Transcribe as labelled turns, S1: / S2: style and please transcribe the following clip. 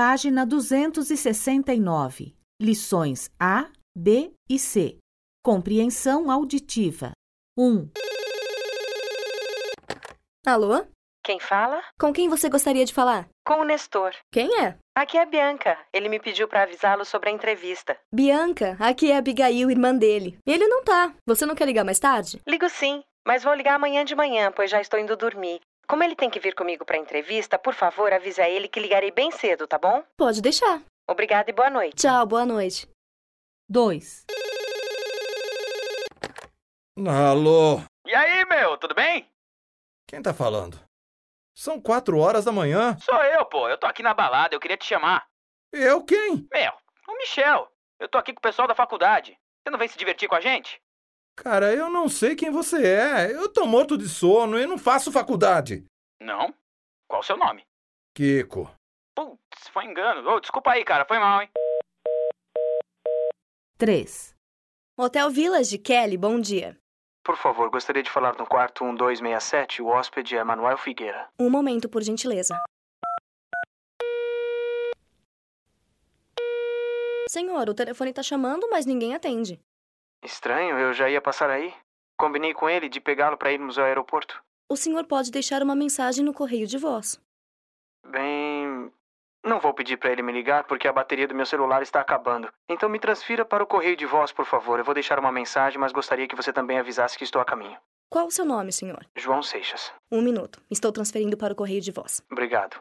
S1: Página 269. Lições A, B e C. Compreensão auditiva. 1.
S2: Alô?
S3: Quem fala?
S2: Com quem você gostaria de falar?
S3: Com o Nestor.
S2: Quem é?
S3: Aqui é a Bianca. Ele me pediu para avisá-lo sobre a entrevista.
S2: Bianca, aqui é a Abigail, irmã dele. Ele não tá. Você não quer ligar mais tarde?
S3: Ligo sim, mas vou ligar amanhã de manhã, pois já estou indo dormir. Como ele tem que vir comigo para a entrevista, por favor, avise a ele que ligarei bem cedo, tá bom?
S2: Pode deixar.
S3: Obrigada e boa noite.
S2: Tchau, boa noite.
S1: 2.
S4: Alô?
S5: E aí, meu, tudo bem?
S4: Quem tá falando? São quatro horas da manhã?
S5: Sou eu, pô. Eu tô aqui na balada, eu queria te chamar.
S4: Eu quem?
S5: Meu, o Michel. Eu tô aqui com o pessoal da faculdade. Você não vem se divertir com a gente?
S4: Cara, eu não sei quem você é. Eu tô morto de sono e não faço faculdade.
S5: Não. Qual o seu nome?
S4: Kiko.
S5: Putz, foi engano. Ô, desculpa aí, cara. Foi mal, hein?
S1: 3.
S2: Hotel Village, Kelly, bom dia.
S6: Por favor, gostaria de falar no quarto 1267. O hóspede é Manuel Figueira.
S2: Um momento, por gentileza. Senhor, o telefone tá chamando, mas ninguém atende.
S6: Estranho, eu já ia passar aí. Combinei com ele de pegá-lo para irmos ao aeroporto.
S2: O senhor pode deixar uma mensagem no correio de voz.
S6: Bem, não vou pedir para ele me ligar porque a bateria do meu celular está acabando. Então me transfira para o correio de voz, por favor. Eu vou deixar uma mensagem, mas gostaria que você também avisasse que estou a caminho.
S2: Qual o seu nome, senhor?
S6: João Seixas.
S2: Um minuto. Estou transferindo para o correio de voz.
S6: Obrigado.